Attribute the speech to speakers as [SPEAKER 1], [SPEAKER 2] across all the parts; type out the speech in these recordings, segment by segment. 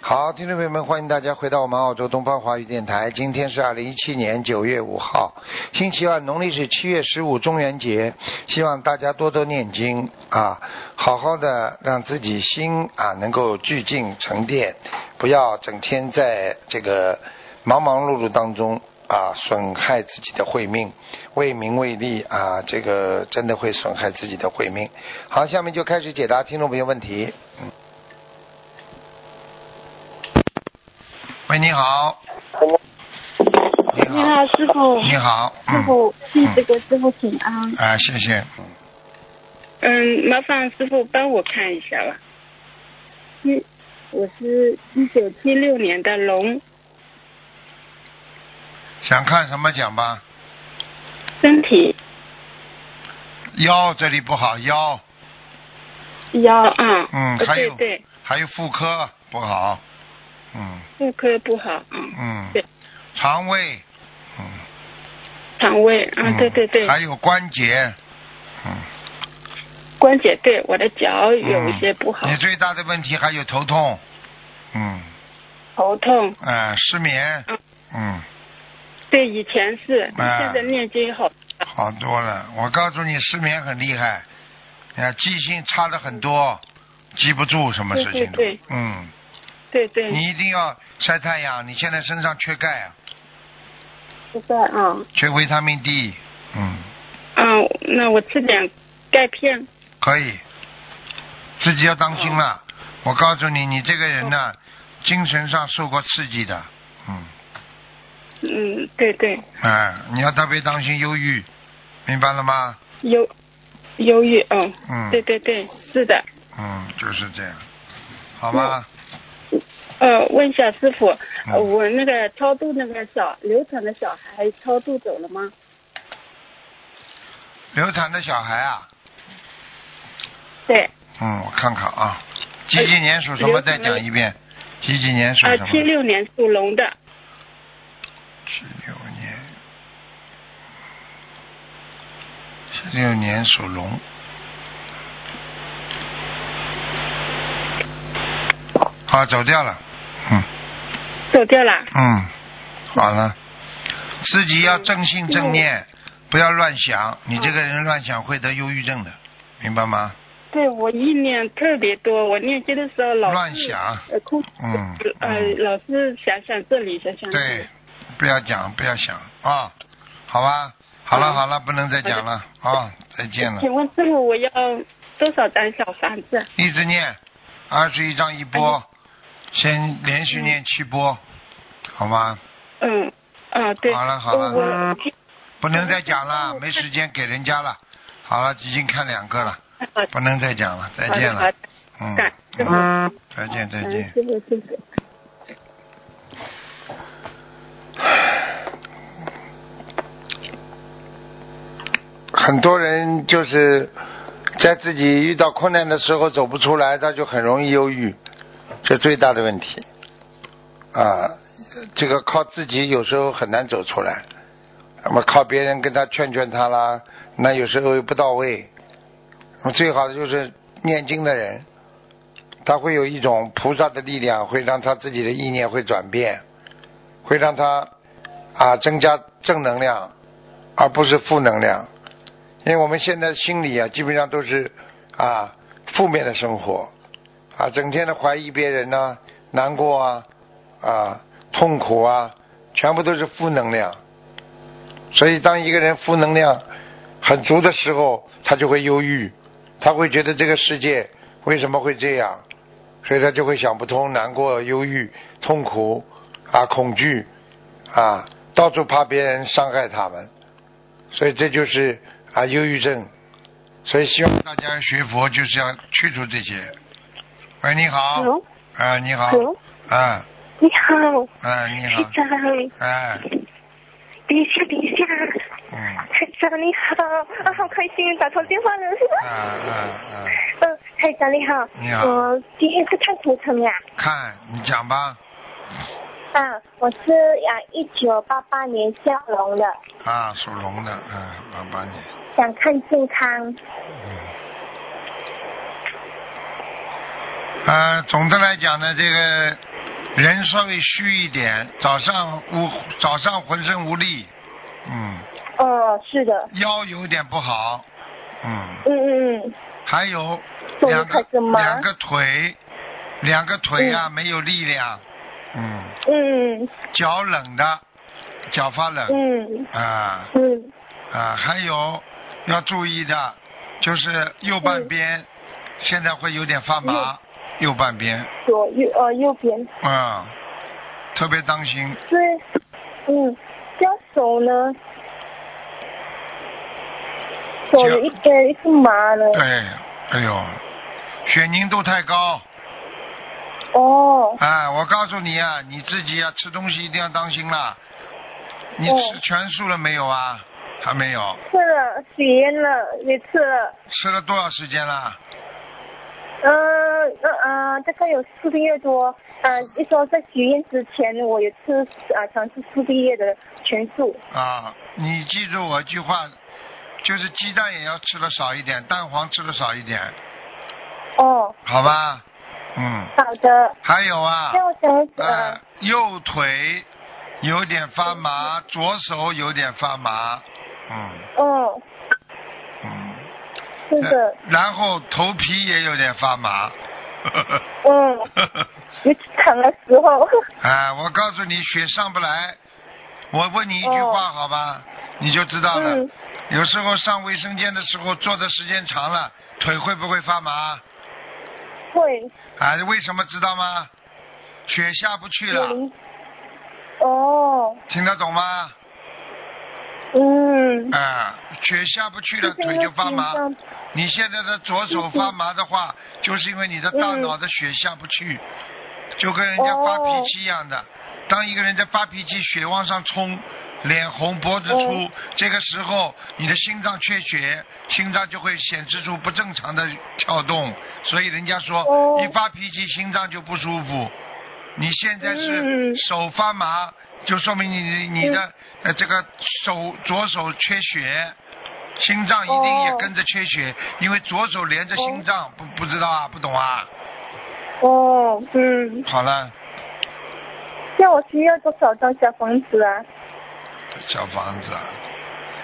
[SPEAKER 1] 好，听众朋友们，欢迎大家回到我们澳洲东方华语电台。今天是二零一七年九月五号，星期二，农历是七月十五中元节。希望大家多多念经啊，好好的让自己心啊能够聚静沉淀，不要整天在这个忙忙碌碌当中啊损害自己的慧命，为名为利啊，这个真的会损害自己的慧命。好，下面就开始解答听众朋友问题。嗯喂，你好，你
[SPEAKER 2] 你
[SPEAKER 1] 好，
[SPEAKER 2] 好，师傅。
[SPEAKER 1] 你好，
[SPEAKER 2] 师
[SPEAKER 1] 嗯，
[SPEAKER 2] 傅，弟子给师傅请安。
[SPEAKER 1] 啊，谢谢，
[SPEAKER 2] 嗯，麻烦师傅帮我看一下吧。一，我是一九七六年的龙，
[SPEAKER 1] 想看什么讲吧？
[SPEAKER 2] 身体
[SPEAKER 1] 腰这里不好，腰，
[SPEAKER 2] 腰啊，
[SPEAKER 1] 嗯
[SPEAKER 2] 呃
[SPEAKER 1] 还
[SPEAKER 2] 对
[SPEAKER 1] 有
[SPEAKER 2] 对，
[SPEAKER 1] 还有妇科不好，嗯
[SPEAKER 2] 妇科不好，嗯，
[SPEAKER 1] 嗯
[SPEAKER 2] 对，
[SPEAKER 1] 肠胃，嗯，
[SPEAKER 2] 肠胃，啊，对对对，
[SPEAKER 1] 还有关节，嗯，
[SPEAKER 2] 关节对，我的脚有一些不好
[SPEAKER 1] 嗯，你最大的问题还有头痛，嗯，
[SPEAKER 2] 头痛，
[SPEAKER 1] 啊、失眠
[SPEAKER 2] 嗯，
[SPEAKER 1] 嗯，
[SPEAKER 2] 对，以前是，
[SPEAKER 1] 啊
[SPEAKER 2] 现在念经好，
[SPEAKER 1] 好多了。我告诉你，失眠很厉害，啊，记性差的很多，记不住什么事情都。
[SPEAKER 2] 对对对
[SPEAKER 1] 嗯，
[SPEAKER 2] 对对，
[SPEAKER 1] 你一定要晒太阳。你现在身上缺钙啊，
[SPEAKER 2] 不在啊，
[SPEAKER 1] 缺维他命 D。嗯，
[SPEAKER 2] 嗯，那我吃点钙片，
[SPEAKER 1] 可以，自己要当心
[SPEAKER 2] 哦
[SPEAKER 1] 了。我告诉你，你这个人呢、精神上受过刺激的。嗯，
[SPEAKER 2] 嗯，对对，
[SPEAKER 1] 哎，你要特别当心忧郁，明白了吗？
[SPEAKER 2] 忧忧郁，嗯，
[SPEAKER 1] 嗯
[SPEAKER 2] 对对对，是的。
[SPEAKER 1] 嗯，就是这样，好
[SPEAKER 2] 哦
[SPEAKER 1] 吗？
[SPEAKER 2] 呃，问一下师傅，呃
[SPEAKER 1] 嗯
[SPEAKER 2] 我那个超度那个小流产的小孩超度走了吗？
[SPEAKER 1] 流产的小孩啊，
[SPEAKER 2] 对，
[SPEAKER 1] 嗯，我看看啊，几几年属什么？
[SPEAKER 2] 哎流
[SPEAKER 1] 再
[SPEAKER 2] 产
[SPEAKER 1] 讲一遍，几几年属
[SPEAKER 2] 呃
[SPEAKER 1] 什，么？
[SPEAKER 2] 七六年属龙的，
[SPEAKER 1] 七六年，七六年属龙。好，啊走掉了，嗯
[SPEAKER 2] 走掉了。
[SPEAKER 1] 嗯，好了，自己要正信正念，
[SPEAKER 2] 嗯
[SPEAKER 1] 不要乱想，你这个人乱想会得忧郁症的，明白吗？
[SPEAKER 2] 对我意念特别多，我念经的时候老是
[SPEAKER 1] 乱想，
[SPEAKER 2] 呃空，
[SPEAKER 1] 嗯
[SPEAKER 2] 呃
[SPEAKER 1] 嗯
[SPEAKER 2] 老是想想这里，想想那里
[SPEAKER 1] 对，不要讲，不要想啊，好吧，好了
[SPEAKER 2] 嗯
[SPEAKER 1] 好了，不能再讲了啊，再见了，
[SPEAKER 2] 请问师傅，我要多少张小房子？
[SPEAKER 1] 一直念，二十一章一
[SPEAKER 2] 哎
[SPEAKER 1] 波，先连续念七波，好吗？
[SPEAKER 2] 嗯，啊对。
[SPEAKER 1] 好了好了
[SPEAKER 2] 我哦
[SPEAKER 1] 不能再讲了，没时间给人家了。好了，已经看两个了，
[SPEAKER 2] 呃
[SPEAKER 1] 不能再讲了，再见
[SPEAKER 2] 好
[SPEAKER 1] 了
[SPEAKER 2] 的，
[SPEAKER 1] 嗯
[SPEAKER 2] 感，谢
[SPEAKER 1] 嗯再见再
[SPEAKER 2] 嗯
[SPEAKER 1] 见。
[SPEAKER 2] 谢谢谢谢。
[SPEAKER 1] 很多人就是在自己遇到困难的时候走不出来，他就很容易忧郁，这最大的问题啊。这个靠自己有时候很难走出来，那么靠别人跟他劝劝他啦，那有时候又不到位。那么最好的就是念经的人，他会有一种菩萨的力量，会让他自己的意念会转变，会让他啊增加正能量，而不是负能量。因为我们现在心里啊，基本上都是啊负面的生活，啊，整天的怀疑别人呐、难过啊，啊，痛苦啊，全部都是负能量。所以，当一个人负能量很足的时候，他就会忧郁，他会觉得这个世界为什么会这样，所以他就会想不通、难过、忧郁、痛苦啊、恐惧啊，到处怕别人伤害他们。所以这就是啊忧郁症。所以希望大家学佛就是要去除这些。喂，你好。
[SPEAKER 3] Hello，
[SPEAKER 1] 啊，你好。
[SPEAKER 3] Hello
[SPEAKER 1] 啊
[SPEAKER 3] 你好，
[SPEAKER 1] 啊，你
[SPEAKER 3] 台
[SPEAKER 1] 好。
[SPEAKER 3] 长，
[SPEAKER 1] 哎，
[SPEAKER 3] 等一下，等一下，
[SPEAKER 1] 嗯，
[SPEAKER 3] 台长你好，啊，好开心打通电话了。
[SPEAKER 1] 啊啊啊！
[SPEAKER 3] 嗯，台长你好，
[SPEAKER 1] 你好
[SPEAKER 3] 我今天是看图腾呀，
[SPEAKER 1] 看你讲吧。
[SPEAKER 3] 啊，我是啊一九八八年下龙的，
[SPEAKER 1] 啊，属龙的，啊，八八年。
[SPEAKER 3] 想看健康，
[SPEAKER 1] 啊，总的来讲呢，这个人稍微虚一点，早上无早上浑身无力，嗯，
[SPEAKER 3] 哦，是的，
[SPEAKER 1] 腰有点不好，嗯，
[SPEAKER 3] 嗯嗯嗯，
[SPEAKER 1] 还有
[SPEAKER 3] 动
[SPEAKER 1] 两
[SPEAKER 3] 太
[SPEAKER 1] 个
[SPEAKER 3] 什么？
[SPEAKER 1] 两个腿，两个腿啊、没有力量，嗯，
[SPEAKER 3] 嗯
[SPEAKER 1] 脚冷的，脚发冷
[SPEAKER 3] 嗯
[SPEAKER 1] 啊
[SPEAKER 3] 嗯嗯，
[SPEAKER 1] 啊，还有要注意的，就是右半边、现在会有点发麻，右半边，
[SPEAKER 3] 左右呃右边
[SPEAKER 1] 嗯，特别当心，
[SPEAKER 3] 是，嗯，叫手呢？手有一边是麻的，
[SPEAKER 1] 对，哎呦，血凝度太高。
[SPEAKER 3] 哦，
[SPEAKER 1] 哎，我告诉你啊，你自己啊，吃东西一定要当心啦。你
[SPEAKER 3] 哦
[SPEAKER 1] 吃全素了没有啊？还没有。
[SPEAKER 3] 吃了许愿了，也吃了，
[SPEAKER 1] 吃了多少时间啦？
[SPEAKER 3] 呃呃呃，大概有四个月多，呃，一说在许愿之前，我有吃啊、尝试四个月的全素，
[SPEAKER 1] 啊，你记住我一句话，就是鸡蛋也要吃的少一点，蛋黄吃的少一点，
[SPEAKER 3] 哦，
[SPEAKER 1] 好吧？嗯，
[SPEAKER 3] 好的，
[SPEAKER 1] 还有啊，
[SPEAKER 3] 那我想
[SPEAKER 1] 呃
[SPEAKER 3] 呃，，
[SPEAKER 1] 右腿有点发
[SPEAKER 3] 嗯
[SPEAKER 1] 麻，左手有点发麻，嗯
[SPEAKER 3] 哦，
[SPEAKER 1] 嗯。
[SPEAKER 3] 是的，
[SPEAKER 1] 然然后头皮也有点发麻。
[SPEAKER 3] 嗯，你躺的时候，
[SPEAKER 1] 哎，我告诉你，血上不来。我问你一句话，好吧，你就知道了。
[SPEAKER 3] 哦嗯，
[SPEAKER 1] 有时候上卫生间的时候，坐的时间长了，腿会不会发麻？
[SPEAKER 3] 会，
[SPEAKER 1] 啊，为什么知道吗？血下不去了，
[SPEAKER 3] 嗯哦，
[SPEAKER 1] 听得懂吗？
[SPEAKER 3] 嗯，
[SPEAKER 1] 啊，血下不去了，
[SPEAKER 3] 是因
[SPEAKER 1] 腿
[SPEAKER 3] 为
[SPEAKER 1] 就发麻。
[SPEAKER 3] 平常
[SPEAKER 1] 你现在的左手发麻的话，就是因为你的大
[SPEAKER 3] 嗯
[SPEAKER 1] 脑的血下不去，就跟人家发脾气一样
[SPEAKER 3] 哦
[SPEAKER 1] 的。当一个人在发脾气，血往上冲，脸红脖子粗，
[SPEAKER 3] 嗯
[SPEAKER 1] 这个时候你的心脏缺血，心脏就会显示出不正常的跳动，所以人家说、
[SPEAKER 3] 哦
[SPEAKER 1] 一发脾气心脏就不舒服。你现在是
[SPEAKER 3] 嗯
[SPEAKER 1] 手发麻，就说明你你你的、呃这个手左手缺血，心脏一定也
[SPEAKER 3] 哦
[SPEAKER 1] 跟着缺血，因为左手连着心脏，不不知道啊，不懂啊。
[SPEAKER 3] 哦，嗯，
[SPEAKER 1] 好了，
[SPEAKER 3] 那我需要多少张小房子啊？
[SPEAKER 1] 小房子啊，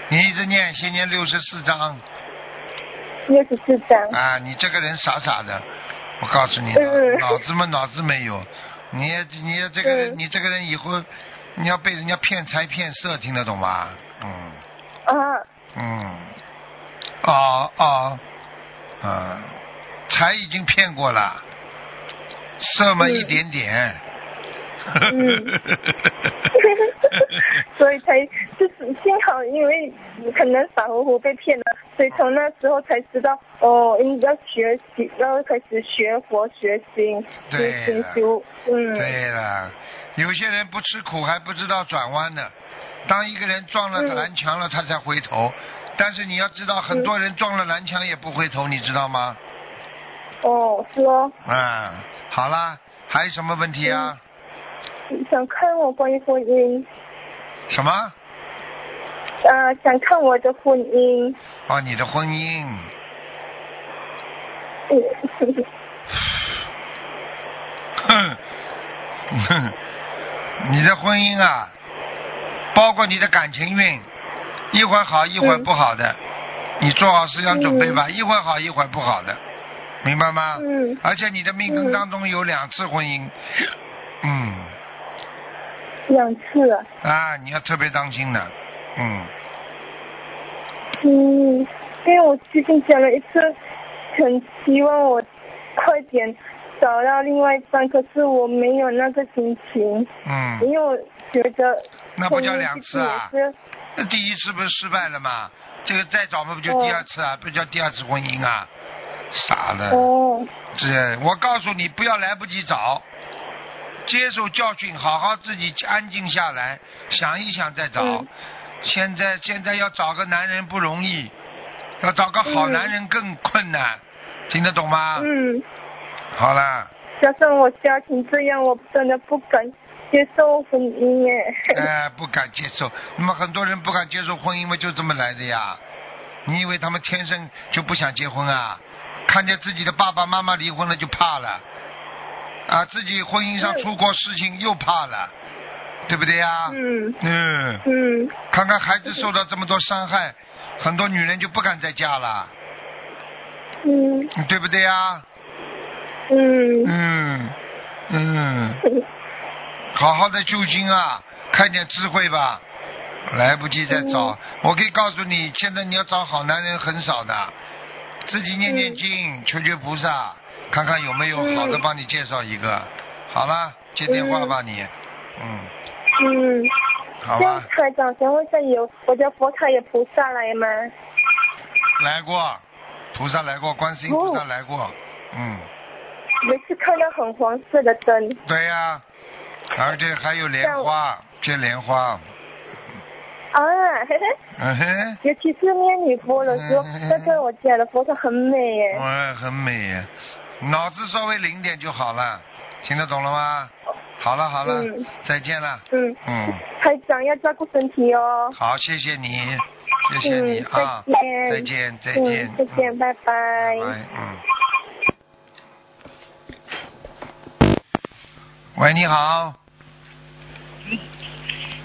[SPEAKER 1] 你一直念，先念六十四章
[SPEAKER 3] 六十四张。
[SPEAKER 1] 啊！你这个人傻傻的，我告诉你，脑
[SPEAKER 3] 嗯
[SPEAKER 1] 脑子嘛脑子没有，你也你也这个人
[SPEAKER 3] 嗯
[SPEAKER 1] 你这个人以后你要被人家骗财骗色，听得懂吗？嗯。
[SPEAKER 3] 啊，
[SPEAKER 1] 嗯，哦哦，嗯，财已经骗过了，色嘛
[SPEAKER 3] 嗯
[SPEAKER 1] 一点点。
[SPEAKER 3] 嗯所以才就是幸好，因为可能傻乎乎被骗了，所以从那时候才知道哦，应该学习，要开始学佛学心，
[SPEAKER 1] 对
[SPEAKER 3] 修
[SPEAKER 1] 了
[SPEAKER 3] 修，嗯，
[SPEAKER 1] 对了，有些人不吃苦还不知道转弯呢。当一个人撞了
[SPEAKER 3] 嗯
[SPEAKER 1] 南墙了，他才回头。但是你要知道，很多人撞了南墙也不回头，你知道吗？
[SPEAKER 3] 哦，是哦，
[SPEAKER 1] 嗯，好啦，还有什么问题啊？
[SPEAKER 3] 想看我关于婚姻，嗯
[SPEAKER 1] 什么？
[SPEAKER 3] 啊，想看我的婚姻，
[SPEAKER 1] 哦，你的婚姻。
[SPEAKER 3] 嗯，
[SPEAKER 1] 哼，哼， 你的婚姻啊，包括你的感情运，一会儿好一会儿不好的，你做好思想准备吧，一会儿好一会儿不好的，明白吗？
[SPEAKER 3] 嗯
[SPEAKER 1] 而且你的命根
[SPEAKER 3] 嗯
[SPEAKER 1] 当中有两次婚姻，嗯，
[SPEAKER 3] 两次啊，
[SPEAKER 1] 啊，你要特别当心的，嗯，
[SPEAKER 3] 嗯，因为我最近讲了一次，很希望我快点找到另外一半，可是我没有那个心情，因
[SPEAKER 1] 嗯，
[SPEAKER 3] 为我觉得
[SPEAKER 1] 那不叫两次啊
[SPEAKER 3] 后面
[SPEAKER 1] 那
[SPEAKER 3] 自己也是
[SPEAKER 1] 第一次不是失败了吗？这个再找嘛不就第二次啊，不叫第二次婚姻啊，傻了。
[SPEAKER 3] 哦，
[SPEAKER 1] 是我告诉你，不要来不及找，接受教训，好好自己安静下来，想一想再找。
[SPEAKER 3] 嗯
[SPEAKER 1] 现在现在要找个男人不容易，要找个好
[SPEAKER 3] 嗯
[SPEAKER 1] 男人更困难，听得懂吗？
[SPEAKER 3] 嗯，
[SPEAKER 1] 好啦，
[SPEAKER 3] 加上我家庭这样，我真的不敢接受婚姻耶。
[SPEAKER 1] 哎，不敢接受。那么很多人不敢接受婚姻嘛，就这么来的呀。你以为他们天生就不想结婚啊？看见自己的爸爸妈妈离婚了就怕了，啊，自己婚姻上出过事情又怕了，对不对呀？
[SPEAKER 3] 嗯
[SPEAKER 1] 嗯，
[SPEAKER 3] 嗯
[SPEAKER 1] 看看孩子受到这么多伤害，很多女人就不敢再嫁了，
[SPEAKER 3] 嗯
[SPEAKER 1] 对不对呀？
[SPEAKER 3] 嗯
[SPEAKER 1] 嗯嗯，好好的修心啊，开点智慧吧，来不及再找。我可以告诉你，现在你要找好男人很少的，自己念念经，求求菩萨，看看有没有好的
[SPEAKER 3] 嗯
[SPEAKER 1] 帮你介绍一个。好了，接电话吧你，嗯，
[SPEAKER 3] 嗯。
[SPEAKER 1] 好
[SPEAKER 3] 像
[SPEAKER 1] 吧，
[SPEAKER 3] 台长，想问一下，有我家佛台有菩萨来吗？
[SPEAKER 1] 来过，菩萨来过，观世音菩萨来过，嗯，
[SPEAKER 3] 每次看到很黄色的灯，
[SPEAKER 1] 对呀、而且还有莲花，接莲花，
[SPEAKER 3] 啊，嘿嘿，
[SPEAKER 1] 嗯哼。
[SPEAKER 3] 尤其是念女佛的时候，
[SPEAKER 1] 嗯
[SPEAKER 3] 那在我家的佛台很美耶。
[SPEAKER 1] 我哎很美，啊脑子稍微灵点就好了，听得懂了吗？好了好了，
[SPEAKER 3] 嗯
[SPEAKER 1] 再见了。
[SPEAKER 3] 嗯，
[SPEAKER 1] 嗯，
[SPEAKER 3] 台长要照顾身体哦。
[SPEAKER 1] 好，谢谢你，谢谢你、
[SPEAKER 3] 嗯
[SPEAKER 1] 啊，再
[SPEAKER 3] 再
[SPEAKER 1] 见再见
[SPEAKER 3] 嗯，再见，
[SPEAKER 1] 嗯
[SPEAKER 3] 拜
[SPEAKER 1] 拜
[SPEAKER 3] 拜。
[SPEAKER 1] 拜，嗯。喂，你好，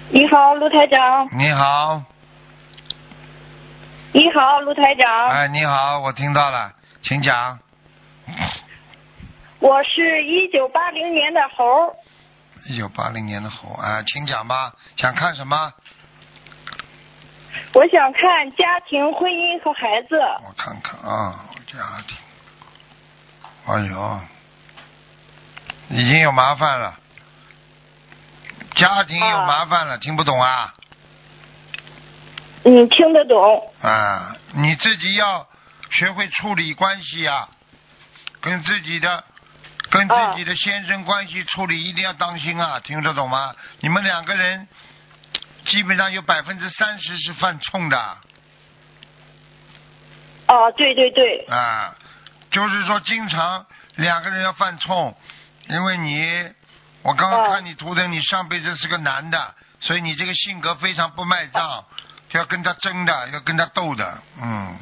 [SPEAKER 2] 你好，卢台长。
[SPEAKER 1] 你好，
[SPEAKER 2] 你好，卢台长。
[SPEAKER 1] 哎，你好，我听到了，请讲。
[SPEAKER 2] 我是一九八零年的猴儿，
[SPEAKER 1] 一九八零年的猴啊，请讲吧，想看什么？
[SPEAKER 2] 我想看家庭、婚姻和孩子。
[SPEAKER 1] 我看看啊，我家庭，哎呦，已经有麻烦了，家庭有麻烦了，听不懂啊
[SPEAKER 2] 嗯，听得懂。
[SPEAKER 1] 啊！你自己要学会处理关系啊，跟自己的跟自己的先生关系处理一定要当心啊，听得懂吗？你们两个人基本上有百分之三十是犯冲的。
[SPEAKER 2] 哦，对对对，
[SPEAKER 1] 啊，就是说经常两个人要犯冲，因为你，我刚刚
[SPEAKER 2] 哦
[SPEAKER 1] 看你图腾，你上辈子是个男的，所以你这个性格非常不卖账，就要跟他争的，要跟他斗的，嗯，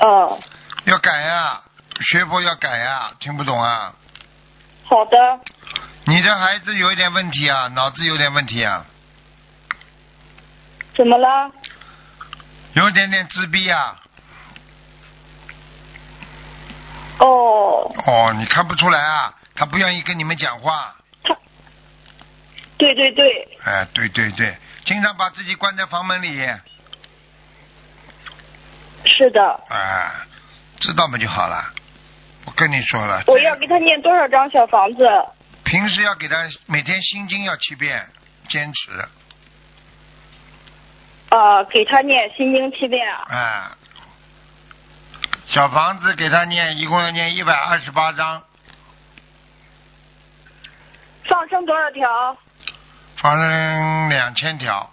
[SPEAKER 2] 哦，
[SPEAKER 1] 要改啊，学佛要改啊，听不懂啊，
[SPEAKER 2] 好的，
[SPEAKER 1] 你的孩子有一点问题啊，脑子有点问题啊，
[SPEAKER 2] 怎么了？
[SPEAKER 1] 有一点点自闭啊，
[SPEAKER 2] 哦，
[SPEAKER 1] 哦，你看不出来啊，他不愿意跟你们讲话，
[SPEAKER 2] 他，对对对，
[SPEAKER 1] 哎，对对对，经常把自己关在房门里。
[SPEAKER 2] 是的，
[SPEAKER 1] 啊，知道嘛就好了。我跟你说了，
[SPEAKER 2] 我要给他念多少张小房子？
[SPEAKER 1] 平时要给他每天心经要七遍，坚持
[SPEAKER 2] 啊，给他念心经七遍啊。
[SPEAKER 1] 啊。小房子给他念，一共要念一百二十八章，
[SPEAKER 2] 放生多少条？
[SPEAKER 1] 放生两千条，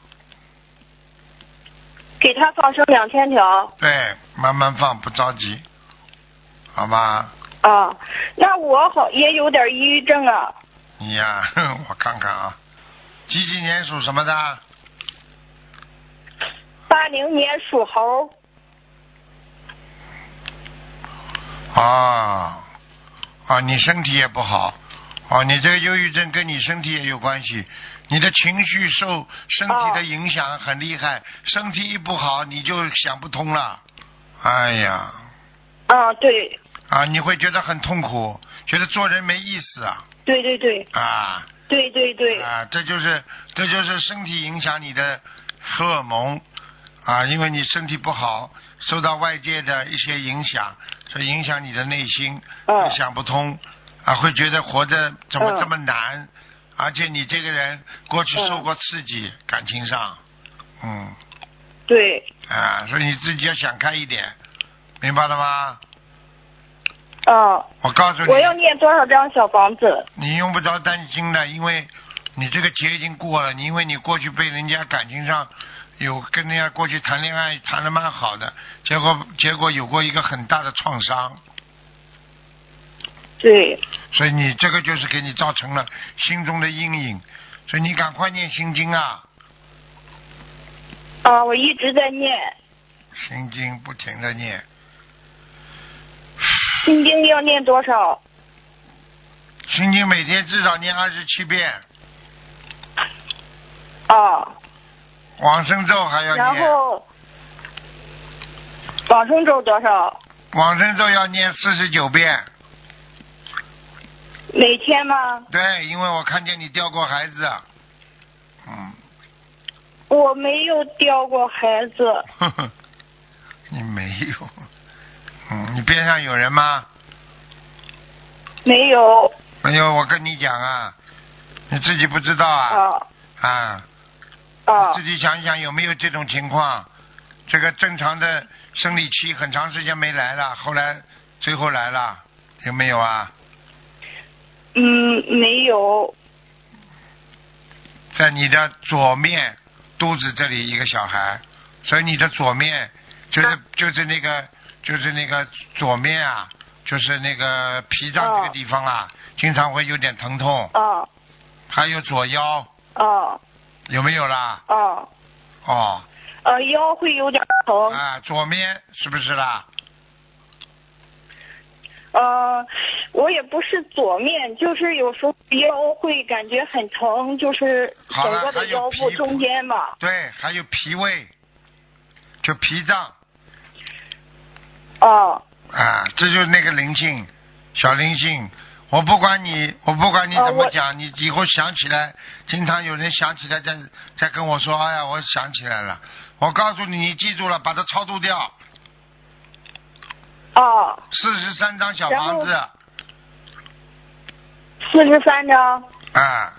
[SPEAKER 2] 给他放生两千条
[SPEAKER 1] 对，慢慢放，不着急，好吧？
[SPEAKER 2] 啊。那我好也有点抑郁症啊，
[SPEAKER 1] 你呀、 哼，我看看啊，几几年属什么的？
[SPEAKER 2] 八零年属猴，
[SPEAKER 1] 啊啊，你身体也不好，哦，你这个忧郁症跟你身体也有关系，你的情绪受身体的
[SPEAKER 2] 哦
[SPEAKER 1] 影响很厉害，身体一不好你就想不通了，哎呀，
[SPEAKER 2] 啊，对
[SPEAKER 1] 啊，你会觉得很痛苦，觉得做人没意思啊
[SPEAKER 2] 对对对
[SPEAKER 1] 啊
[SPEAKER 2] 对对对，
[SPEAKER 1] 啊，这就是这就是身体影响你的荷尔蒙。啊，因为你身体不好，受到外界的一些影响，所以影响你的内心，
[SPEAKER 2] 嗯
[SPEAKER 1] 想不通啊，会觉得活着怎么
[SPEAKER 2] 嗯
[SPEAKER 1] 这么难？而且你这个人过去受
[SPEAKER 2] 嗯
[SPEAKER 1] 过刺激，感情上，嗯
[SPEAKER 2] 对，
[SPEAKER 1] 啊，所以你自己要想开一点，明白了吗？
[SPEAKER 2] 啊，
[SPEAKER 1] 我告诉你，
[SPEAKER 2] 我要念多少张小房子？
[SPEAKER 1] 你用不着担心的，因为你这个劫已经过了，你因为你过去被人家感情上有跟人家过去谈恋爱谈的蛮好的，结果结果有过一个很大的创伤，
[SPEAKER 2] 对，
[SPEAKER 1] 所以你这个就是给你造成了心中的阴影，所以你赶快念心经啊，
[SPEAKER 2] 啊，我一直在念
[SPEAKER 1] 心经不停的念，
[SPEAKER 2] 心经，要念多少？
[SPEAKER 1] 心经每天至少念二十七遍，
[SPEAKER 4] 哦，
[SPEAKER 1] 往生咒还要
[SPEAKER 4] 然
[SPEAKER 1] 念，
[SPEAKER 4] 后往生咒多少？
[SPEAKER 1] 往生咒要念四十九遍。
[SPEAKER 4] 每天吗？
[SPEAKER 1] 对，因为我看见你掉过孩子，啊嗯，
[SPEAKER 4] 我没有掉过孩子，
[SPEAKER 1] 呵呵， 你没有，嗯，你边上有人吗？
[SPEAKER 4] 没有
[SPEAKER 1] 哎呦，我跟你讲啊，你自己不知道啊
[SPEAKER 4] 啊
[SPEAKER 1] 啊，
[SPEAKER 4] 啊
[SPEAKER 1] 自己想一想有没有这种情况？这个正常的生理期很长时间没来了，后来最后来了，有没有啊？
[SPEAKER 4] 嗯，没有
[SPEAKER 1] 在你的左面肚子这里一个小孩，所以你的左面
[SPEAKER 4] 啊
[SPEAKER 1] 就是就是那个就是那个左面啊，就是那个脾脏这个
[SPEAKER 4] 哦
[SPEAKER 1] 地方啊，经常会有点疼痛，
[SPEAKER 4] 啊
[SPEAKER 1] 还有左腰
[SPEAKER 4] 啊
[SPEAKER 1] 有没有啦？
[SPEAKER 4] 啊
[SPEAKER 1] 哦，
[SPEAKER 4] 呃，腰会有点疼，
[SPEAKER 1] 啊，左面是不是啦？
[SPEAKER 4] 呃，我也不是左面，就是有时候腰会感觉很疼，就是整
[SPEAKER 1] 好了还
[SPEAKER 4] 个的
[SPEAKER 1] 有
[SPEAKER 4] 腰部
[SPEAKER 1] 皮
[SPEAKER 4] 中间吧。
[SPEAKER 1] 对，还有脾胃，就脾脏
[SPEAKER 4] 啊
[SPEAKER 1] 啊，这就是那个灵性，小灵性。我不管你，我不管你
[SPEAKER 4] 呃
[SPEAKER 1] 怎么
[SPEAKER 4] 我
[SPEAKER 1] 讲，你以后想起来，经常有人想起来再再跟我说，哎呀，我想起来了。我告诉你，你记住了，把它超度掉，
[SPEAKER 4] 啊，
[SPEAKER 1] 四十三张小
[SPEAKER 4] 然
[SPEAKER 1] 房
[SPEAKER 4] 后
[SPEAKER 1] 子
[SPEAKER 4] 四十三张，
[SPEAKER 1] 啊，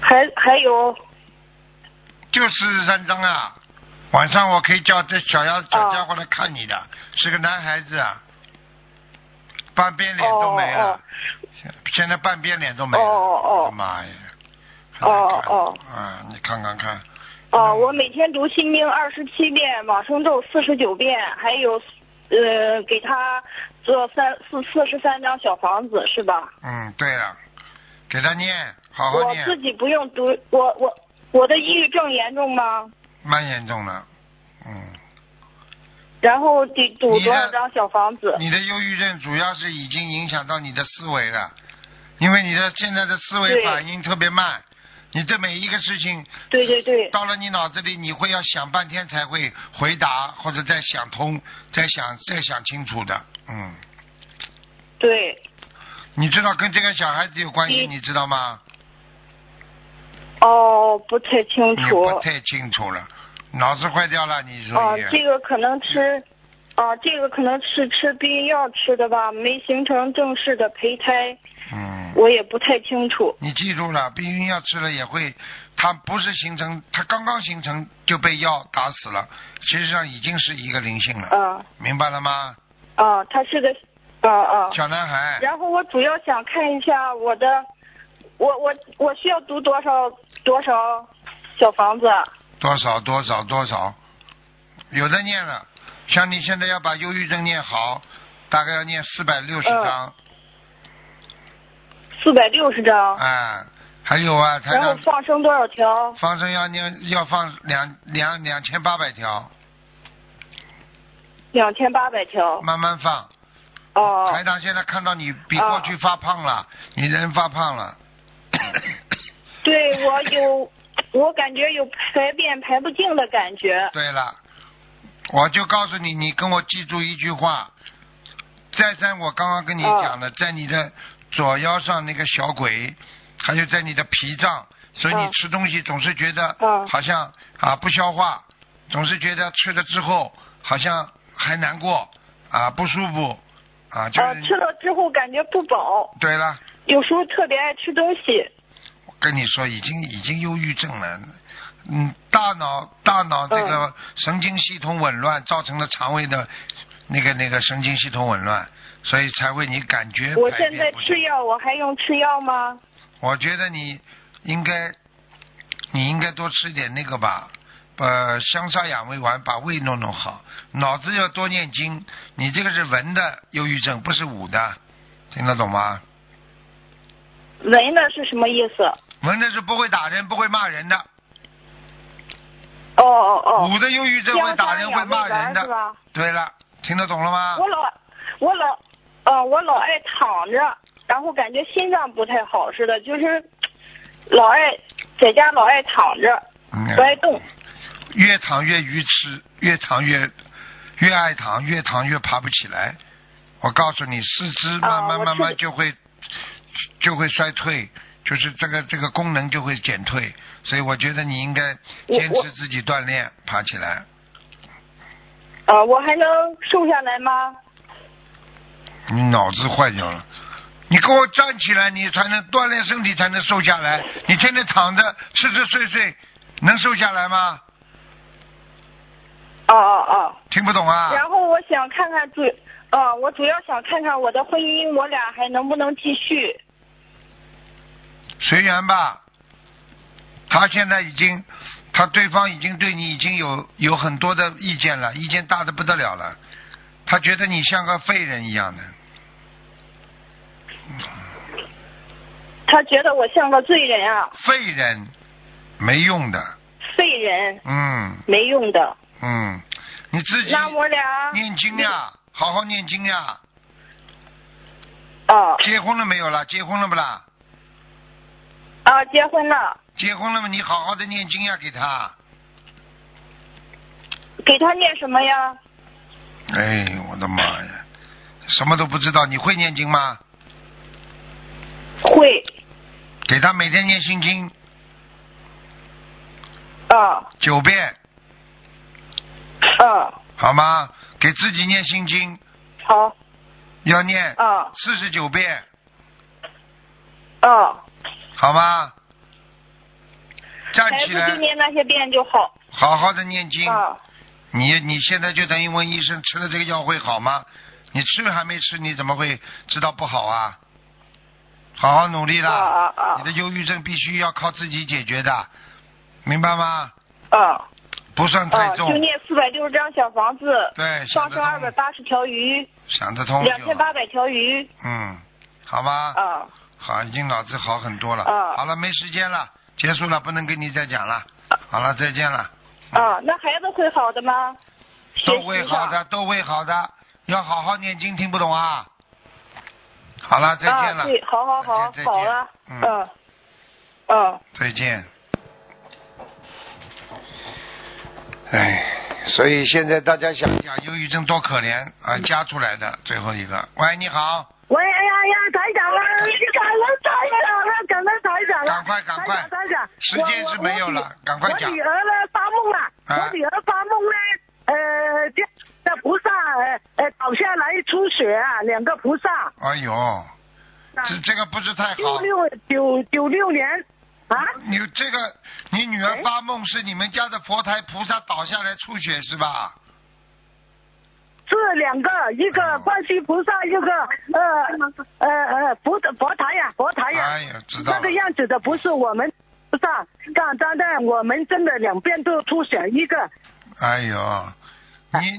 [SPEAKER 4] 还还有
[SPEAKER 1] 就四十三张啊。晚上我可以叫这小
[SPEAKER 4] 哦
[SPEAKER 1] 丫小家伙来看你的，是个男孩子啊，半边脸哎都
[SPEAKER 4] 哦
[SPEAKER 1] 没了。
[SPEAKER 4] 哦
[SPEAKER 1] 现在半边脸都没了。
[SPEAKER 4] 哦哦哦
[SPEAKER 1] 我的妈呀！
[SPEAKER 4] 哦哦
[SPEAKER 1] 很难看。啊，你看看看，
[SPEAKER 4] 哦，我每天读心经二十七遍，往生咒四十九遍，还有呃给他做三四四十三张小房子是吧？
[SPEAKER 1] 嗯，对了，给他念，好啊好
[SPEAKER 4] 我自
[SPEAKER 1] 念，
[SPEAKER 4] 己不用读，我我我的抑郁症严重吗？
[SPEAKER 1] 蛮严重的。嗯，
[SPEAKER 4] 然后得读多少张小房子？
[SPEAKER 1] 你的忧郁症主要是已经影响到你的思维了，因为你的现在的思维
[SPEAKER 4] 对
[SPEAKER 1] 反应特别慢，你对每一个事情
[SPEAKER 4] 对对对，
[SPEAKER 1] 到了你脑子里，你会要想半天才会回答，或者再想通，再想再想清楚的。嗯，
[SPEAKER 4] 对，
[SPEAKER 1] 你知道跟这个小孩子有关系，
[SPEAKER 4] 嗯
[SPEAKER 1] 你知道吗？
[SPEAKER 4] 哦，不太清
[SPEAKER 1] 你
[SPEAKER 4] 楚
[SPEAKER 1] 嗯不。太清楚了，脑子坏掉了，你
[SPEAKER 4] 哦、
[SPEAKER 1] 说
[SPEAKER 4] 这
[SPEAKER 1] 也
[SPEAKER 4] 个可能吃，
[SPEAKER 1] 嗯
[SPEAKER 4] 哦、这个可能是吃避孕药吃的吧，没形成正式的胚胎，
[SPEAKER 1] 嗯，
[SPEAKER 4] 我也不太清楚。
[SPEAKER 1] 你记住了，避孕药吃了也会，它不是形成，它刚刚形成就被药打死了，其实上已经是一个灵性了，
[SPEAKER 4] 啊
[SPEAKER 1] 明白了吗？
[SPEAKER 4] 啊，他是个，啊啊。
[SPEAKER 1] 小男孩，
[SPEAKER 4] 然后我主要想看一下我的，我我我需要读多少多少小房子啊？
[SPEAKER 1] 多少多少多少，有的念了，像你现在要把忧郁症念好，大概要念四百六十
[SPEAKER 4] 嗯
[SPEAKER 1] 章，
[SPEAKER 4] 四百六十张。
[SPEAKER 1] 哎，还有啊，台
[SPEAKER 4] 啊然后
[SPEAKER 1] 长
[SPEAKER 4] 放生多少条？
[SPEAKER 1] 放生要念要放两两两千八百条，
[SPEAKER 4] 两千八百条。
[SPEAKER 1] 慢慢放。
[SPEAKER 4] 哦
[SPEAKER 1] 台长现在看到你比
[SPEAKER 4] 哦
[SPEAKER 1] 过去发胖了，你人发胖 了。
[SPEAKER 4] 对我有，我感觉有排便排不净的感觉。
[SPEAKER 1] 对了，我就告诉你，你跟我记住一句话。再三，我刚刚跟你讲
[SPEAKER 4] 哦
[SPEAKER 1] 的，在你的左腰上那个小鬼，还有在你的脾脏，所以你
[SPEAKER 4] 嗯
[SPEAKER 1] 吃东西总是觉得
[SPEAKER 4] 嗯
[SPEAKER 1] 好像啊不消化，总是觉得吃了之后好像还难过啊不舒服啊就
[SPEAKER 4] 呃，吃
[SPEAKER 1] 是。
[SPEAKER 4] 了之后感觉不饱，
[SPEAKER 1] 对了，
[SPEAKER 4] 有时候特别爱吃东西。
[SPEAKER 1] 我跟你说，已经已经忧郁症了。嗯，大脑大脑这个
[SPEAKER 4] 嗯
[SPEAKER 1] 神经系统紊乱，造成了肠胃的那个那个神经系统紊乱，所以才会你感觉
[SPEAKER 4] 我
[SPEAKER 1] 哎排
[SPEAKER 4] 现在
[SPEAKER 1] 便不
[SPEAKER 4] 吃
[SPEAKER 1] 尽
[SPEAKER 4] 药，我还用吃药吗？
[SPEAKER 1] 我觉得你应该你应该多吃点那个吧，呃，香砂养胃丸，把胃弄弄好，脑子要多念经。你这个是文的忧郁症，不是武的，听得懂吗？
[SPEAKER 4] 闻的是什么意思？
[SPEAKER 1] 文的是不会打人，不会骂人的；
[SPEAKER 4] 哦哦哦，
[SPEAKER 1] 武的忧郁症会
[SPEAKER 4] 香
[SPEAKER 1] 打
[SPEAKER 4] 砂
[SPEAKER 1] 人，
[SPEAKER 4] 养
[SPEAKER 1] 会
[SPEAKER 4] 胃
[SPEAKER 1] 骂人
[SPEAKER 4] 丸
[SPEAKER 1] 的
[SPEAKER 4] 是。吧？
[SPEAKER 1] 对了，听得懂了吗？
[SPEAKER 4] 我老我老，呃，我老爱躺着。然后感觉心脏不太好似的，就是老爱在家老爱躺着，
[SPEAKER 1] 嗯
[SPEAKER 4] 不爱动。
[SPEAKER 1] 越躺越愚痴，越躺越越爱躺，越躺越爬不起来。我告诉你，四肢
[SPEAKER 4] 啊
[SPEAKER 1] 慢慢
[SPEAKER 4] 我
[SPEAKER 1] 慢
[SPEAKER 4] 知
[SPEAKER 1] 慢就会、就会衰退，就是这个这个功能就会减退。所以我觉得你应该
[SPEAKER 4] 我
[SPEAKER 1] 坚
[SPEAKER 4] 我
[SPEAKER 1] 持自己锻炼，爬起来。
[SPEAKER 4] 呃，我还能瘦下来吗？
[SPEAKER 1] 你脑子坏掉了。你给我站起来，你才能锻炼身体，才能瘦下来。你天天躺着吃吃睡睡，能瘦下来吗？
[SPEAKER 4] 哦哦
[SPEAKER 1] 听不懂啊
[SPEAKER 4] 哦。？然后我想看看主，呃，我主要想看看我的婚姻，我俩还能不能继续？
[SPEAKER 1] 随缘吧。他现在已经，他对方已经对你已经有有很多的意见了，意见大的不得了了。他觉得你像个废人一样的，
[SPEAKER 4] 他觉得我像个罪人啊，
[SPEAKER 1] 废人没用的，
[SPEAKER 4] 废人，
[SPEAKER 1] 嗯
[SPEAKER 4] 没用的。
[SPEAKER 1] 嗯，你自己
[SPEAKER 4] 那我俩
[SPEAKER 1] 念经啊呀，好好念经呀。
[SPEAKER 4] 哦
[SPEAKER 1] 结婚了没有啦？结婚了不啦？
[SPEAKER 4] 啊，结婚了，
[SPEAKER 1] 结婚了吗？你好好的念经呀，给他。
[SPEAKER 4] 给他念什么呀？
[SPEAKER 1] 哎，我的妈呀，什么都不知道，你会念经吗？
[SPEAKER 4] 会
[SPEAKER 1] 给他每天念心经
[SPEAKER 4] 啊，
[SPEAKER 1] 九遍，
[SPEAKER 4] 嗯，
[SPEAKER 1] 好吗？给自己念心经
[SPEAKER 4] 好，
[SPEAKER 1] 要念
[SPEAKER 4] 啊
[SPEAKER 1] 四十九遍，
[SPEAKER 4] 啊，
[SPEAKER 1] 好吗？站
[SPEAKER 4] 孩
[SPEAKER 1] 起
[SPEAKER 4] 子
[SPEAKER 1] 来
[SPEAKER 4] 就，念那些遍就好
[SPEAKER 1] 好好的念经。
[SPEAKER 4] 啊。
[SPEAKER 1] 你你现在就等于问医生吃了这个药会好吗？你吃还没吃，你怎么会知道不好啊？好好努力啦！
[SPEAKER 4] 啊啊啊
[SPEAKER 1] 你的忧郁症必须要靠自己解决的，明白吗？
[SPEAKER 4] 啊
[SPEAKER 1] 不算
[SPEAKER 4] 啊！
[SPEAKER 1] 太
[SPEAKER 4] 就
[SPEAKER 1] 重，
[SPEAKER 4] 念四百六十张小房子，
[SPEAKER 1] 对，想
[SPEAKER 4] 放
[SPEAKER 1] 得
[SPEAKER 4] 生二百
[SPEAKER 1] 通，
[SPEAKER 4] 八十条鱼，
[SPEAKER 1] 想得通就
[SPEAKER 4] 两
[SPEAKER 1] 好
[SPEAKER 4] 千八百条鱼
[SPEAKER 1] 嗯，好吧，
[SPEAKER 4] 啊
[SPEAKER 1] 好，已经脑子好很多了。
[SPEAKER 4] 啊
[SPEAKER 1] 好了，没时间了，结束了，不能跟你再讲了。
[SPEAKER 5] 啊
[SPEAKER 1] 好了，再见了。
[SPEAKER 4] 啊！那孩子会好的吗？
[SPEAKER 1] 都会好
[SPEAKER 4] 学习
[SPEAKER 1] 的，都会好的，要好好念经，听不懂啊？好了，再
[SPEAKER 4] 上。
[SPEAKER 1] 见了，
[SPEAKER 4] 啊，对，好好好
[SPEAKER 1] 再见再见，
[SPEAKER 4] 好了，
[SPEAKER 1] 嗯
[SPEAKER 4] 嗯嗯。
[SPEAKER 1] 再见。哎，所以现在大家想一想，忧郁症多可怜
[SPEAKER 5] 嗯
[SPEAKER 1] 啊，加出来的最后一个。喂，你好，
[SPEAKER 5] 喂，哎呀呀，台长啊，感恩台长啊，感恩台长啊，
[SPEAKER 1] 赶快赶快
[SPEAKER 5] 台长台长，
[SPEAKER 1] 时间是没有了
[SPEAKER 5] 我我我女
[SPEAKER 1] 赶快讲
[SPEAKER 5] 我女儿呢发梦了，
[SPEAKER 1] 啊
[SPEAKER 5] 我女儿发梦呢，呃，这的菩萨呃呃倒下来出血啊，两个菩萨，
[SPEAKER 1] 哎呦，这这个不是太
[SPEAKER 5] 九
[SPEAKER 1] 好。
[SPEAKER 5] 六九九六年啊，
[SPEAKER 1] 你这个，你女
[SPEAKER 5] 哎
[SPEAKER 1] 儿发梦是你们家的佛台菩萨倒下来出血是吧？
[SPEAKER 5] 是两个，一个观世音菩萨，一个呃呃呃佛佛台呀、佛台呀、
[SPEAKER 1] 哎呀，知道
[SPEAKER 5] 这
[SPEAKER 1] 了
[SPEAKER 5] 个。样子的不是我们菩萨，干单的我们真的两边都出血，一个呃
[SPEAKER 1] 哎呦，你
[SPEAKER 5] 啊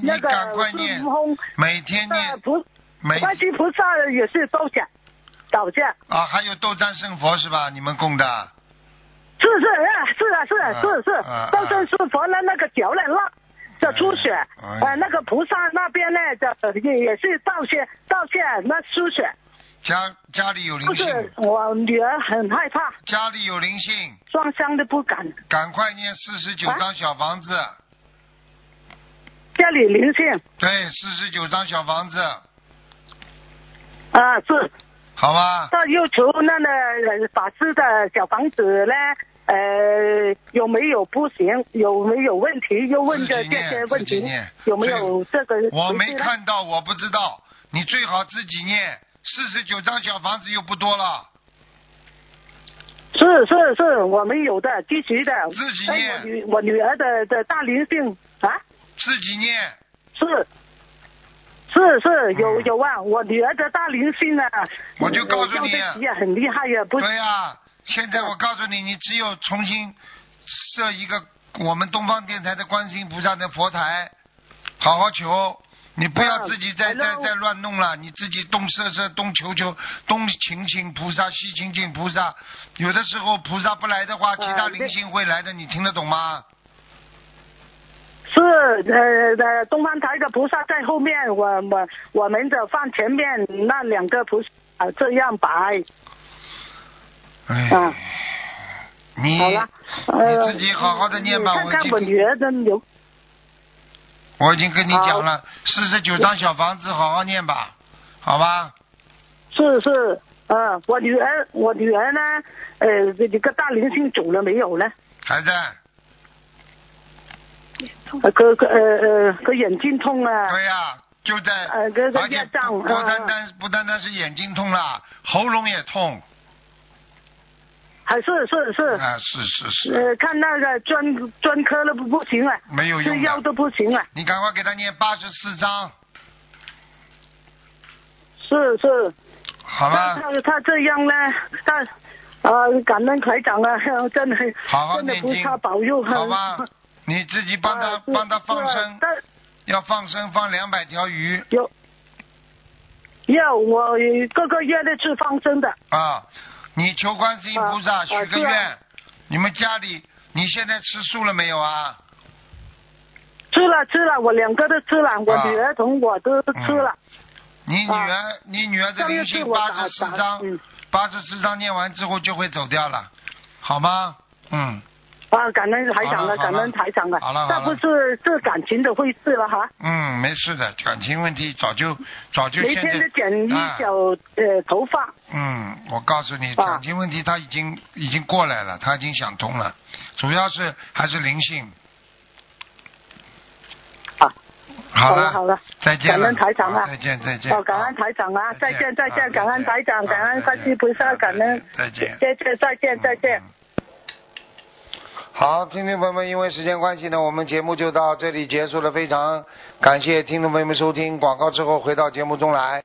[SPEAKER 5] 那
[SPEAKER 1] 你
[SPEAKER 5] 个
[SPEAKER 1] 赶快念
[SPEAKER 5] 孙悟，空，
[SPEAKER 1] 每天
[SPEAKER 5] 呃
[SPEAKER 1] 念，
[SPEAKER 5] 菩
[SPEAKER 1] 每
[SPEAKER 5] 观世音菩萨也是倒下，倒下，
[SPEAKER 1] 啊，还有斗战胜佛是吧？你们供的，
[SPEAKER 5] 是是啊，是啊，是啊，
[SPEAKER 1] 啊
[SPEAKER 5] 是是
[SPEAKER 1] 啊，
[SPEAKER 5] 倒正是佛的那个脚了，那这出血，
[SPEAKER 1] 哎
[SPEAKER 5] 呃，那个菩萨那边呢，这也也是倒血，倒下那出血，
[SPEAKER 1] 家家里有灵
[SPEAKER 5] 不是
[SPEAKER 1] 性，
[SPEAKER 5] 我女儿很害怕，
[SPEAKER 1] 家里有灵性，
[SPEAKER 5] 装箱都不敢，
[SPEAKER 1] 赶快念四十九
[SPEAKER 5] 啊
[SPEAKER 1] 张小房子，
[SPEAKER 5] 家里灵性
[SPEAKER 1] 对，四十九张小房子，
[SPEAKER 5] 啊是。
[SPEAKER 1] 好吧？
[SPEAKER 5] 他要求那个呃法师的小房子呢，呃，有没有不行？有没有问题？又问
[SPEAKER 1] 自
[SPEAKER 5] 这
[SPEAKER 1] 己
[SPEAKER 5] 这
[SPEAKER 1] 念
[SPEAKER 5] 些
[SPEAKER 1] 自
[SPEAKER 5] 问
[SPEAKER 1] 己
[SPEAKER 5] 题
[SPEAKER 1] 念，哎
[SPEAKER 5] 有没有这个？
[SPEAKER 1] 我没。看到，我不知道，你最好自己念，四十九张小房子又不多了，
[SPEAKER 5] 是是是，我们有的，必须的。
[SPEAKER 1] 自己
[SPEAKER 5] 哎
[SPEAKER 1] 念
[SPEAKER 5] 我女我女儿的的大灵性啊，
[SPEAKER 1] 自己念。
[SPEAKER 5] 是。是是有
[SPEAKER 1] 嗯
[SPEAKER 5] 有啊，我女儿的大灵性啊，
[SPEAKER 1] 我就告诉你
[SPEAKER 5] 呃叫得急啊很厉害呀、不是嗯
[SPEAKER 1] 对呀、现在我告诉你，你只有重新设一个我们东方电台的观世音菩萨的佛台，好好求。你不要
[SPEAKER 5] 嗯
[SPEAKER 1] 自己再
[SPEAKER 5] 好
[SPEAKER 1] 再
[SPEAKER 5] 了
[SPEAKER 1] 再乱弄了，你自己东设设，东求求，东请请菩萨，西请请菩萨。有的时候菩萨不来的话，其他
[SPEAKER 5] 嗯对
[SPEAKER 1] 灵性会来的，你听得懂吗？
[SPEAKER 5] 是呃呃，东方台的菩萨在后面，我我我们的放前面那两个菩萨啊这样摆
[SPEAKER 1] 哎，
[SPEAKER 5] 啊。
[SPEAKER 1] 你
[SPEAKER 5] 好了，呃，
[SPEAKER 1] 嗯你自己好好地念吧
[SPEAKER 5] 你看看
[SPEAKER 1] 我
[SPEAKER 5] 我
[SPEAKER 1] 已经
[SPEAKER 5] 女儿的有
[SPEAKER 1] 我已经跟你讲了，四十九张小房子，好好念吧，好吧？
[SPEAKER 5] 是是，嗯，我女儿我女儿呢，呃，这这个大灵性走了没有呢？
[SPEAKER 1] 还在，
[SPEAKER 5] 呃，个个呃呃，个眼睛痛啊，
[SPEAKER 1] 对呀、就在，
[SPEAKER 5] 呃跟跟
[SPEAKER 1] 而且
[SPEAKER 5] 业障
[SPEAKER 1] 不不
[SPEAKER 5] 嗯
[SPEAKER 1] 单单不单单是眼睛痛了，喉咙也痛，
[SPEAKER 5] 还是是是，
[SPEAKER 1] 啊，是是是，
[SPEAKER 5] 呃，看那个专专科了不不行了，
[SPEAKER 1] 没有
[SPEAKER 5] 吃
[SPEAKER 1] 用
[SPEAKER 5] 药
[SPEAKER 1] 的，
[SPEAKER 5] 都不行啊了，
[SPEAKER 1] 你赶快给他念八十四章，
[SPEAKER 5] 是是。
[SPEAKER 1] 好吧？
[SPEAKER 5] 他他这样呢，他啊、感恩台长啊， 真的
[SPEAKER 1] 好好
[SPEAKER 5] 真的
[SPEAKER 1] 念
[SPEAKER 5] 菩
[SPEAKER 1] 经
[SPEAKER 5] 萨保佑，
[SPEAKER 1] 好吧？你自己帮他
[SPEAKER 5] 啊是
[SPEAKER 1] 帮他放
[SPEAKER 5] 是
[SPEAKER 1] 生，
[SPEAKER 5] 但
[SPEAKER 1] 要放生放两百条鱼
[SPEAKER 5] 有要我呃各个月的去放生的，
[SPEAKER 1] 啊！你求观世音菩萨
[SPEAKER 5] 啊
[SPEAKER 1] 许个
[SPEAKER 5] 是啊
[SPEAKER 1] 愿，你们家里你现在吃素了没有啊？
[SPEAKER 5] 吃了吃了，我两个都吃了，我
[SPEAKER 1] 啊
[SPEAKER 5] 女儿同我都吃了。
[SPEAKER 1] 你女儿，你嗯女儿的
[SPEAKER 5] 啊上
[SPEAKER 1] 灵
[SPEAKER 5] 一次
[SPEAKER 1] 性
[SPEAKER 5] 我
[SPEAKER 1] 八
[SPEAKER 5] 打
[SPEAKER 1] 十四
[SPEAKER 5] 打
[SPEAKER 1] 章，
[SPEAKER 5] 嗯
[SPEAKER 1] 八十四章念完之后就会走掉了，好吗？嗯
[SPEAKER 5] 啊，感恩台长
[SPEAKER 1] 好了
[SPEAKER 5] 了，
[SPEAKER 1] 好了
[SPEAKER 5] 感恩台长了
[SPEAKER 1] 好了，
[SPEAKER 5] 这
[SPEAKER 1] 好
[SPEAKER 5] 不
[SPEAKER 1] 了
[SPEAKER 5] 是这感情的回事了哈。
[SPEAKER 1] 嗯，没事的，感情问题早就早就
[SPEAKER 5] 每
[SPEAKER 1] 现
[SPEAKER 5] 天都
[SPEAKER 1] 在
[SPEAKER 5] 剪一
[SPEAKER 1] 啊
[SPEAKER 5] 小呃头发，
[SPEAKER 1] 嗯，我告诉你，
[SPEAKER 5] 啊
[SPEAKER 1] 感情问题他已经已经过来了，他已经想通了，主要是还是灵性。
[SPEAKER 5] 啊，
[SPEAKER 1] 好了
[SPEAKER 5] 好了，
[SPEAKER 1] 再见
[SPEAKER 5] 感
[SPEAKER 1] 了，
[SPEAKER 5] 恩台长啊
[SPEAKER 1] 好再见再见。
[SPEAKER 5] 哦，感恩台长啊，再见再见，感恩台长，感恩观世
[SPEAKER 1] 西
[SPEAKER 5] 菩萨，感恩，
[SPEAKER 1] 啊再见。嗯
[SPEAKER 5] 再见再见再见。
[SPEAKER 1] 好，听众朋友们，因为时间关系呢，我们节目就到这里结束了。非常感谢听众朋友们收听广告之后回到节目中来。